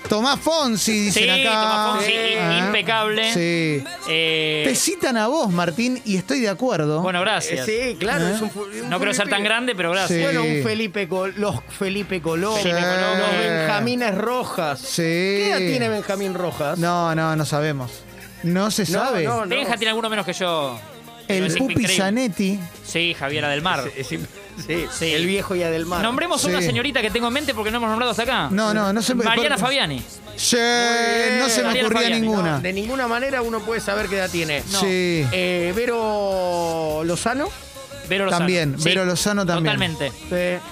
Speaker 1: Tomás Fonsi, dicen
Speaker 3: Sí,
Speaker 1: acá.
Speaker 3: Tomás Fonsi,
Speaker 1: Ah,
Speaker 3: impecable.
Speaker 1: Sí.
Speaker 3: Eh,
Speaker 1: Te citan a vos, Martín, y estoy de acuerdo.
Speaker 3: bueno,
Speaker 4: Eh,
Speaker 3: gracias.
Speaker 4: Sí, claro. es un fu- un
Speaker 3: No creo ser
Speaker 4: Felipe-
Speaker 3: tan grande, pero gracias.
Speaker 1: ¿Eh? Sí.
Speaker 4: Bueno, un Felipe Col- los Felipe Colón,
Speaker 1: Felipe Colón.
Speaker 4: los Benjamines Rojas.
Speaker 1: Sí.
Speaker 4: ¿Qué edad tiene Benjamín Rojas?
Speaker 1: No, no, no sabemos. No se
Speaker 4: No,
Speaker 1: sabe.
Speaker 4: no, no.
Speaker 3: Benja tiene alguno menos que yo. Pero
Speaker 1: El
Speaker 3: es
Speaker 1: Pupi
Speaker 3: increíble.
Speaker 1: Zanetti.
Speaker 3: Sí, Javiera del Mar.
Speaker 4: Es im- sí,
Speaker 3: Sí.
Speaker 4: El viejo y Adelmar.
Speaker 3: Nombremos una
Speaker 1: Sí.
Speaker 3: señorita que tengo en mente porque no hemos nombrado hasta acá.
Speaker 1: No, no, no se me-
Speaker 3: Mariana
Speaker 1: por-
Speaker 3: Fabiani.
Speaker 1: Sí,
Speaker 4: bien.
Speaker 1: no se me
Speaker 3: Mariana
Speaker 1: ocurría
Speaker 3: Fabiani,
Speaker 1: ninguna.
Speaker 4: De ninguna manera uno puede saber qué edad tiene.
Speaker 3: No.
Speaker 1: Sí.
Speaker 4: Eh, Vero Lozano.
Speaker 3: Vero Lozano.
Speaker 1: También, Vero Lozano también.
Speaker 3: Totalmente.
Speaker 4: Sí.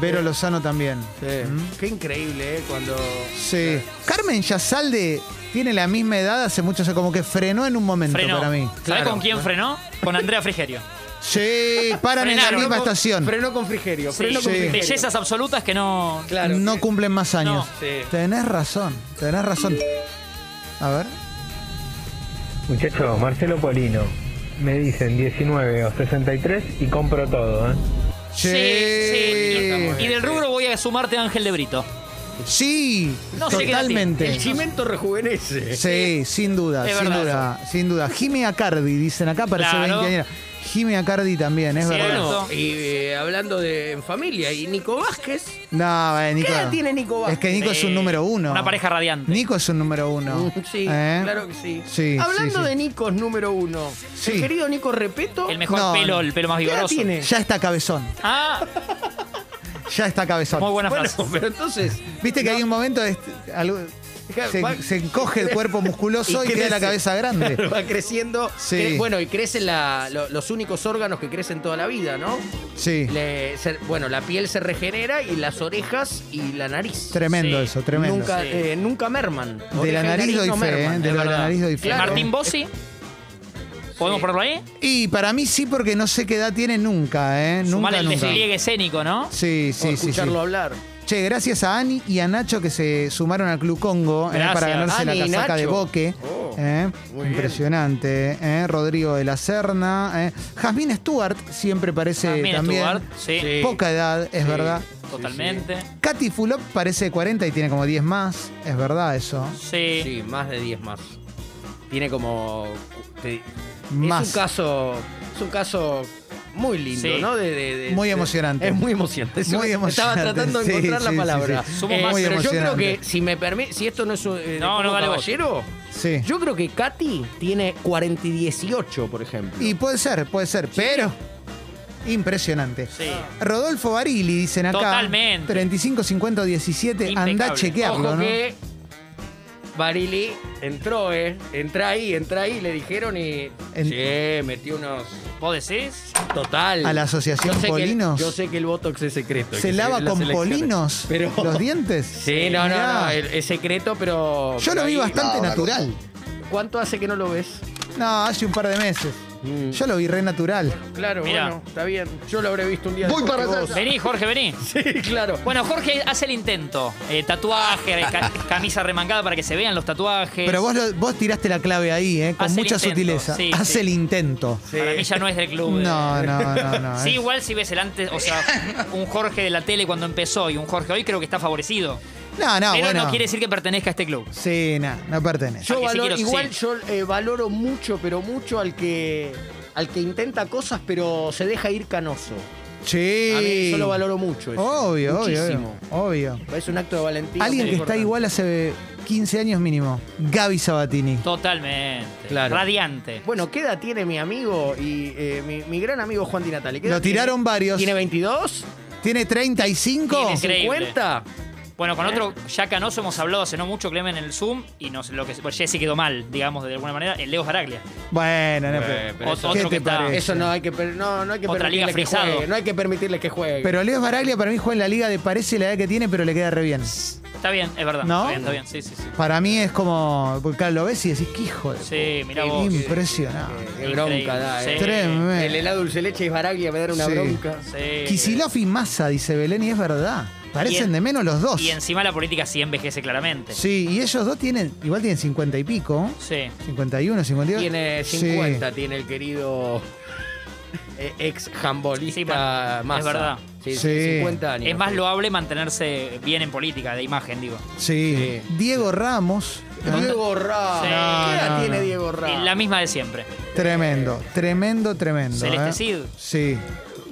Speaker 1: Vero Lozano también. ¿Mm?
Speaker 4: Qué increíble, ¿eh? Cuando.
Speaker 1: Sí. Carmen Yazalde tiene la misma edad hace mucho, o sea, como que frenó en un momento
Speaker 3: Frenó.
Speaker 1: para mí.
Speaker 3: ¿Sabés
Speaker 1: Claro.
Speaker 3: con quién frenó? Con Andrea Frigerio.
Speaker 1: Sí, paran en la
Speaker 3: Frenaron.
Speaker 1: misma estación.
Speaker 4: Frenó con Frigerio.
Speaker 3: Sí.
Speaker 4: Frenó con
Speaker 1: Sí.
Speaker 4: Frigerio.
Speaker 3: Bellezas absolutas que no.
Speaker 4: Claro.
Speaker 1: no
Speaker 4: Sí.
Speaker 1: cumplen más años.
Speaker 3: No,
Speaker 4: sí.
Speaker 1: Tenés razón, tenés razón. A ver.
Speaker 7: Muchacho, Marcelo Polino. Me dicen 19 o 63 y compro todo, ¿eh?
Speaker 1: Sí.
Speaker 3: Y del rubro voy a sumarte a Ángel de Brito.
Speaker 1: Sí,
Speaker 3: No sé qué edad
Speaker 1: totalmente.
Speaker 4: El cimento rejuvenece.
Speaker 1: Sí, sin duda,
Speaker 3: Es
Speaker 1: sin
Speaker 3: verdad
Speaker 1: duda, sin duda. Jimmy Acardi, dicen acá, parece
Speaker 3: Claro.
Speaker 1: 20 años. Jimmy Acardi también, es
Speaker 3: Cierto.
Speaker 1: verdad.
Speaker 4: Y eh, hablando de en familia, y Nico Vázquez.
Speaker 1: No, eh, Nico.
Speaker 4: ¿Qué edad tiene Nico Vázquez?
Speaker 1: Es que Nico es
Speaker 3: Eh,
Speaker 1: un número uno.
Speaker 3: Una pareja radiante.
Speaker 1: Nico es un número uno.
Speaker 4: Sí,
Speaker 1: ¿Eh?
Speaker 4: claro que sí.
Speaker 1: Sí,
Speaker 4: Hablando
Speaker 1: sí, sí.
Speaker 4: de Nicos número uno,
Speaker 1: Sí.
Speaker 4: el querido Nico Repeto,
Speaker 3: El mejor
Speaker 1: No,
Speaker 3: pelo,
Speaker 1: no.
Speaker 3: el pelo más
Speaker 4: ¿qué edad
Speaker 3: vigoroso.
Speaker 4: tiene?
Speaker 1: Ya está cabezón.
Speaker 3: Ah,
Speaker 1: Ya está cabezón.
Speaker 3: muy buena
Speaker 4: Bueno,
Speaker 3: frase.
Speaker 4: pero entonces,
Speaker 1: Viste que hay un momento. este, algo-
Speaker 4: Va-
Speaker 1: se, se encoge el cuerpo musculoso
Speaker 4: Y
Speaker 1: y, queda la
Speaker 4: crece.
Speaker 1: cabeza grande.
Speaker 4: claro, va creciendo.
Speaker 1: Sí.
Speaker 4: cre- bueno, y crecen la- lo- los únicos órganos que crecen toda la vida, ¿no?
Speaker 1: Sí.
Speaker 4: Le- se- bueno, la piel se regenera y las orejas y la nariz.
Speaker 1: Tremendo
Speaker 3: Sí.
Speaker 1: eso, tremendo.
Speaker 4: Nunca,
Speaker 3: Sí.
Speaker 4: eh, nunca merman.
Speaker 1: de
Speaker 4: Oreja
Speaker 1: la
Speaker 4: y
Speaker 1: nariz doy
Speaker 4: no
Speaker 1: fe, ¿eh?
Speaker 4: merman.
Speaker 1: De
Speaker 3: es
Speaker 1: la
Speaker 3: verdad.
Speaker 1: nariz doy fe.
Speaker 4: Claro.
Speaker 3: Martín Bossi. ¿Podemos
Speaker 4: Sí.
Speaker 3: ponerlo ahí?
Speaker 1: Y para mí sí, porque no sé qué edad tiene nunca, ¿eh?
Speaker 3: Sumar
Speaker 1: Nunca,
Speaker 3: el
Speaker 1: nunca.
Speaker 3: despliegue escénico,
Speaker 1: Sí,
Speaker 3: ¿no?
Speaker 4: O
Speaker 1: sí, sí, sí.
Speaker 4: escucharlo hablar.
Speaker 1: Che, gracias a Ani y a Nacho que se sumaron al Club Congo eh,
Speaker 3: Gracias.
Speaker 1: para ganarse
Speaker 4: Ani
Speaker 1: la
Speaker 4: y
Speaker 1: casaca de
Speaker 4: Nacho.
Speaker 1: Boque.
Speaker 4: Oh,
Speaker 1: eh.
Speaker 4: muy bien.
Speaker 1: Impresionante. eh. Rodrigo de la Serna. eh. Jazmín Stewart siempre parece
Speaker 3: Jasmine
Speaker 1: también.
Speaker 3: Stewart, sí. Sí.
Speaker 1: Poca edad, es verdad.
Speaker 3: Totalmente.
Speaker 1: Katy Fulop parece de 40 y tiene como 10 más. Es verdad eso.
Speaker 3: Sí.
Speaker 4: Sí, más de 10 más. Tiene como. te-
Speaker 1: Más.
Speaker 4: Es un caso. Es un caso muy lindo,
Speaker 3: Sí.
Speaker 4: ¿no? De- de- de-
Speaker 1: Muy
Speaker 4: de-
Speaker 1: emocionante.
Speaker 4: Es muy emocionante. Es
Speaker 1: Muy
Speaker 4: un-
Speaker 1: emocionante,
Speaker 4: Estaba tratando de
Speaker 1: sí,
Speaker 4: encontrar
Speaker 1: sí,
Speaker 4: la palabra.
Speaker 1: sí,
Speaker 3: sí. Somos más-
Speaker 4: pero
Speaker 1: Muy
Speaker 4: yo creo
Speaker 1: emocionante.
Speaker 4: que, si me permite, si esto no es un. eh, de
Speaker 3: No,
Speaker 4: Como
Speaker 3: no, dale vos.
Speaker 4: caballero,
Speaker 1: Sí.
Speaker 4: yo creo que Katy tiene 40 y 18, por ejemplo.
Speaker 1: Y puede ser, puede ser, pero impresionante.
Speaker 3: Sí.
Speaker 1: Rodolfo Barili, dicen acá.
Speaker 3: Totalmente.
Speaker 1: 35, 50, 17. Andá a
Speaker 3: Impecable.
Speaker 1: chequearlo,
Speaker 4: Ojo
Speaker 1: ¿no?
Speaker 4: que Barili entró, ¿eh? Entra ahí, entra ahí, le dijeron y.
Speaker 1: En-
Speaker 4: Che, metió unos.
Speaker 3: ¿Vos decís?
Speaker 4: Total.
Speaker 1: A la asociación
Speaker 4: Yo sé que el-
Speaker 1: Polinos.
Speaker 4: yo sé que el Botox es secreto.
Speaker 1: ¿Se
Speaker 4: que
Speaker 1: lava
Speaker 4: en las
Speaker 1: con
Speaker 4: elecciones.
Speaker 1: polinos
Speaker 4: Pero-
Speaker 1: los dientes?
Speaker 4: Sí, no, no,
Speaker 1: Mirá.
Speaker 4: no, el- es secreto, pero.
Speaker 1: Yo lo vi
Speaker 4: ahí-
Speaker 1: bastante natural.
Speaker 4: ¿Cuánto hace que no lo ves?
Speaker 1: No, hace un par de meses. Yo lo vi re natural.
Speaker 4: Claro,
Speaker 3: Mirá.
Speaker 4: bueno, está bien. Yo lo habré visto un día. Voy para
Speaker 3: Vení, Jorge, vení.
Speaker 4: Sí, claro.
Speaker 3: Bueno, Jorge hace el intento. Eh, tatuaje, ca- camisa remangada para que se vean los tatuajes.
Speaker 1: Pero vos, lo- vos tiraste la clave ahí, ¿eh? con
Speaker 3: Hace el
Speaker 1: mucha
Speaker 3: intento,
Speaker 1: sutileza.
Speaker 3: sí,
Speaker 1: hace
Speaker 3: sí.
Speaker 1: el intento.
Speaker 3: Para mí ya no es del club. eh.
Speaker 1: No, no, no, no.
Speaker 3: Sí,
Speaker 1: eh.
Speaker 3: igual si ves el antes, o sea, un Jorge de la tele cuando empezó y un Jorge hoy creo que está favorecido.
Speaker 1: no, no,
Speaker 3: pero
Speaker 1: Ah, bueno.
Speaker 3: no quiere decir que pertenezca a este club.
Speaker 1: Sí, no, no pertenece.
Speaker 4: Yo
Speaker 3: Al que sí
Speaker 4: valoro-
Speaker 3: quiero,
Speaker 4: igual
Speaker 3: sí.
Speaker 4: yo eh, valoro mucho, pero mucho al que al que intenta cosas pero se deja ir canoso.
Speaker 1: Sí.
Speaker 4: A mí yo lo valoro mucho. Eso.
Speaker 1: Obvio, obvio,
Speaker 4: Muchísimo.
Speaker 1: obvio, obvio.
Speaker 4: Es un acto de valentía.
Speaker 1: Alguien
Speaker 4: muy
Speaker 1: que está
Speaker 4: importante.
Speaker 1: igual hace 15 años mínimo. Gaby Sabatini.
Speaker 3: Totalmente.
Speaker 4: Claro.
Speaker 3: Radiante.
Speaker 4: Bueno, ¿qué edad tiene mi amigo y eh, mi, mi gran amigo Juan Di Natale? ¿Qué
Speaker 1: Lo
Speaker 4: edad tiene?
Speaker 1: tiraron varios.
Speaker 4: ¿Tiene 22?
Speaker 1: ¿Tiene 35?
Speaker 3: Tiene- Increíble.
Speaker 4: ¿50?
Speaker 3: Bueno,
Speaker 1: Eh.
Speaker 3: con otro, ya Canoso hemos hablado hace no mucho, Clemen, en el Zoom, y nos, lo que pues, Jesse quedó mal, digamos, de alguna manera, el Leo Baraglia.
Speaker 1: Bueno, no,
Speaker 4: Eh,
Speaker 1: pero,
Speaker 4: pero
Speaker 3: Otro,
Speaker 1: ¿Qué te
Speaker 3: otro que está.
Speaker 1: parece?
Speaker 4: Eso no hay que, per- no, no hay que
Speaker 3: Otra liga
Speaker 4: permitirle que
Speaker 3: frisado.
Speaker 4: juegue. No hay que permitirle que juegue.
Speaker 1: pero Leo Baraglia para mí juega en la liga de parece la edad que tiene, pero le queda re bien.
Speaker 3: Está bien, es verdad.
Speaker 1: ¿No?
Speaker 3: Está bien, está bien. Sí, sí, sí.
Speaker 1: Para mí es como. Porque claro, lo ves y decís, qué hijo de.
Speaker 4: eh,
Speaker 3: Sí, mirá
Speaker 1: qué
Speaker 3: vos.
Speaker 1: Impresionante.
Speaker 4: Qué bronca da, eh.
Speaker 3: Sí.
Speaker 1: Tremendo.
Speaker 4: El helado dulce leche y Baraglia me dan una
Speaker 1: Sí.
Speaker 4: bronca.
Speaker 3: Sí.
Speaker 1: Kicillof y Massa, dice Belén, y es verdad. Parecen
Speaker 3: Y en-
Speaker 1: de menos los dos.
Speaker 3: Y encima la política sí envejece claramente.
Speaker 1: Sí, y ellos dos tienen, igual tienen 50 y pico.
Speaker 3: Sí.
Speaker 1: 51, 52.
Speaker 4: Tiene
Speaker 1: Sí.
Speaker 4: 50, tiene el querido eh, ex jambolista
Speaker 3: Sí, man, es
Speaker 4: Massa.
Speaker 3: verdad.
Speaker 4: Sí, sí,
Speaker 1: Sí.
Speaker 4: 50 años.
Speaker 3: Es más loable mantenerse bien en política, de imagen, digo.
Speaker 1: Sí. Diego Ramos. ¿eh?
Speaker 4: Diego Ramos.
Speaker 3: Sí.
Speaker 4: ¿Qué edad
Speaker 1: No, no,
Speaker 4: tiene
Speaker 1: no.
Speaker 4: Diego
Speaker 3: Eh,
Speaker 4: Ramos?
Speaker 3: La misma de siempre.
Speaker 1: Tremendo, tremendo, tremendo.
Speaker 3: Celeste
Speaker 1: ¿eh?
Speaker 3: Cid.
Speaker 1: Sí.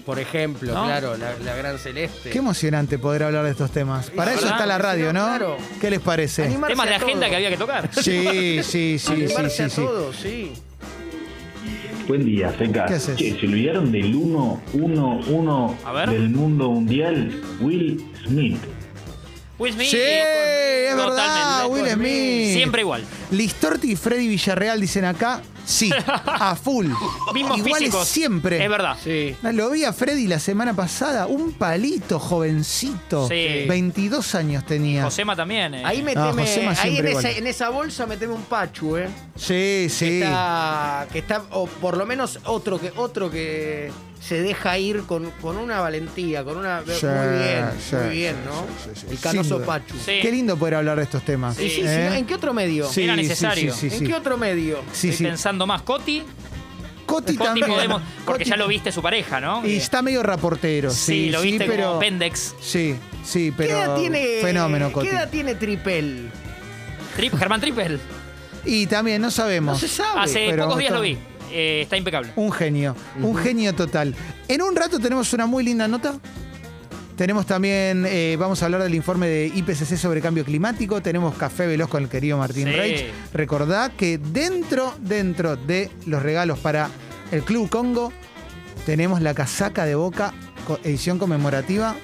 Speaker 4: Por ejemplo,
Speaker 3: ¿No?
Speaker 4: claro, la, la gran celeste.
Speaker 1: Qué emocionante poder hablar de estos temas. Para eso
Speaker 3: ¿verdad?
Speaker 1: está la radio, ¿no?
Speaker 4: Claro.
Speaker 1: ¿Qué les parece?
Speaker 4: Animarse
Speaker 3: Temas de
Speaker 4: a todo.
Speaker 3: agenda que había que tocar.
Speaker 1: Sí, sí, sí, sí, sí,
Speaker 4: Animarse
Speaker 1: sí.
Speaker 4: a todo, sí.
Speaker 5: Buen día, Seca.
Speaker 1: ¿Qué haces?
Speaker 5: Che, ¿se olvidaron del 1-1-1
Speaker 3: A ver.
Speaker 5: del mundo mundial? Will Smith.
Speaker 3: Will Smith. eh,
Speaker 1: Sí, es verdad,
Speaker 3: Totalmente.
Speaker 1: Will Smith.
Speaker 3: Siempre igual.
Speaker 1: Listorti y Freddy Villarreal dicen acá, sí, a full.
Speaker 3: Mismos
Speaker 1: Iguales
Speaker 3: físicos.
Speaker 1: siempre. Ah,
Speaker 3: Es verdad.
Speaker 4: Sí.
Speaker 1: Lo vi a Freddy la semana pasada, un palito jovencito.
Speaker 3: Sí.
Speaker 1: 22 años tenía.
Speaker 3: Josema también. eh.
Speaker 4: Ahí
Speaker 1: Ah,
Speaker 4: meteme,
Speaker 1: Josema
Speaker 4: ahí en
Speaker 1: siempre
Speaker 4: esa,
Speaker 1: igual.
Speaker 4: en esa bolsa meteme un pachu, ¿eh?
Speaker 1: Sí, sí.
Speaker 4: Que está, que está- o por lo menos otro que otro que se deja ir con, con una valentía, con una
Speaker 1: Sí,
Speaker 4: muy bien,
Speaker 1: sí,
Speaker 4: muy bien,
Speaker 1: sí,
Speaker 4: ¿no?
Speaker 1: sí, sí, sí.
Speaker 4: El
Speaker 1: Sin
Speaker 4: canoso
Speaker 1: duda.
Speaker 4: Pachu.
Speaker 3: Sí.
Speaker 1: Qué lindo poder hablar de estos temas.
Speaker 4: Y sí, sí,
Speaker 1: ¿eh?
Speaker 4: ¿En qué otro medio?
Speaker 1: Sí,
Speaker 3: Era
Speaker 1: sí,
Speaker 3: necesario.
Speaker 1: Sí, sí,
Speaker 4: ¿En
Speaker 1: sí.
Speaker 4: qué otro medio?
Speaker 1: Sí,
Speaker 3: Estoy
Speaker 1: sí.
Speaker 3: pensando más. Coti.
Speaker 1: Coti
Speaker 3: Coti
Speaker 1: también.
Speaker 3: podemos. Porque
Speaker 1: Coti-
Speaker 3: ya lo viste su pareja, ¿no? Eh,
Speaker 1: Y está medio raportero. Sí,
Speaker 3: sí, lo viste
Speaker 1: sí, pero...
Speaker 3: como Pendex.
Speaker 1: Sí, sí,
Speaker 4: ¿Qué
Speaker 1: pero.
Speaker 4: edad tiene,
Speaker 1: Fenómeno, Coti.
Speaker 4: ¿Qué edad tiene Tripel?
Speaker 3: Trip, Germán Trippel.
Speaker 1: Y también, no sabemos.
Speaker 4: No se sabe.
Speaker 3: Hace
Speaker 1: pero
Speaker 3: pocos días
Speaker 1: está-
Speaker 3: lo vi. Eh, está impecable.
Speaker 1: Un genio, un genio total. En un rato tenemos una muy linda nota. Tenemos también, eh, vamos a hablar del informe de IPCC sobre cambio climático. Tenemos café veloz con el querido Martín
Speaker 3: Sí.
Speaker 1: Reich. Recordá que dentro, dentro de los regalos para el Club Congo, tenemos la casaca de Boca, co- edición conmemorativa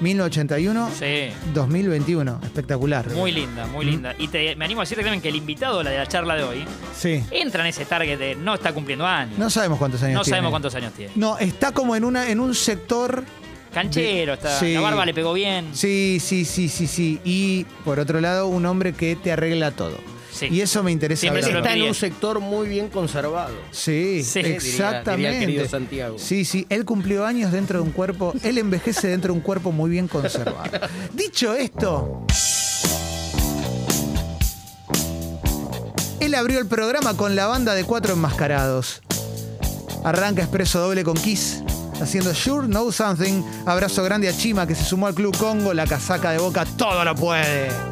Speaker 1: 1981.
Speaker 3: Sí.
Speaker 1: 2021, espectacular.
Speaker 3: Muy linda,
Speaker 1: Mm.
Speaker 3: muy linda. Y te, me animo a decirte también que el invitado la de la charla de hoy
Speaker 1: Sí.
Speaker 3: entra en ese target de no está cumpliendo años. No,
Speaker 1: No sabemos cuántos años tiene.
Speaker 3: sabemos cuántos años tiene.
Speaker 1: No, está como en una en un sector
Speaker 3: Canchero, está,
Speaker 1: Sí.
Speaker 3: la barba le pegó bien.
Speaker 1: Sí, sí, sí, sí, sí. Y por otro lado, un hombre que te arregla todo.
Speaker 3: Sí.
Speaker 1: Y eso me interesa.
Speaker 3: Siempre
Speaker 1: hablar.
Speaker 3: se lo
Speaker 4: Está en
Speaker 3: diría.
Speaker 4: un sector muy bien conservado.
Speaker 1: Sí,
Speaker 3: Sí, diría-
Speaker 4: diría el
Speaker 1: exactamente.
Speaker 4: querido Santiago.
Speaker 1: Sí, sí, él cumplió años dentro de un cuerpo, él envejece dentro de un cuerpo muy bien conservado. Dicho esto, él abrió el programa con la banda de cuatro enmascarados. Arranca Expreso Doble con Kiss, haciendo Sure Know Something. Abrazo grande a Chima que se sumó al Club Congo, la casaca de boca, todo lo puede.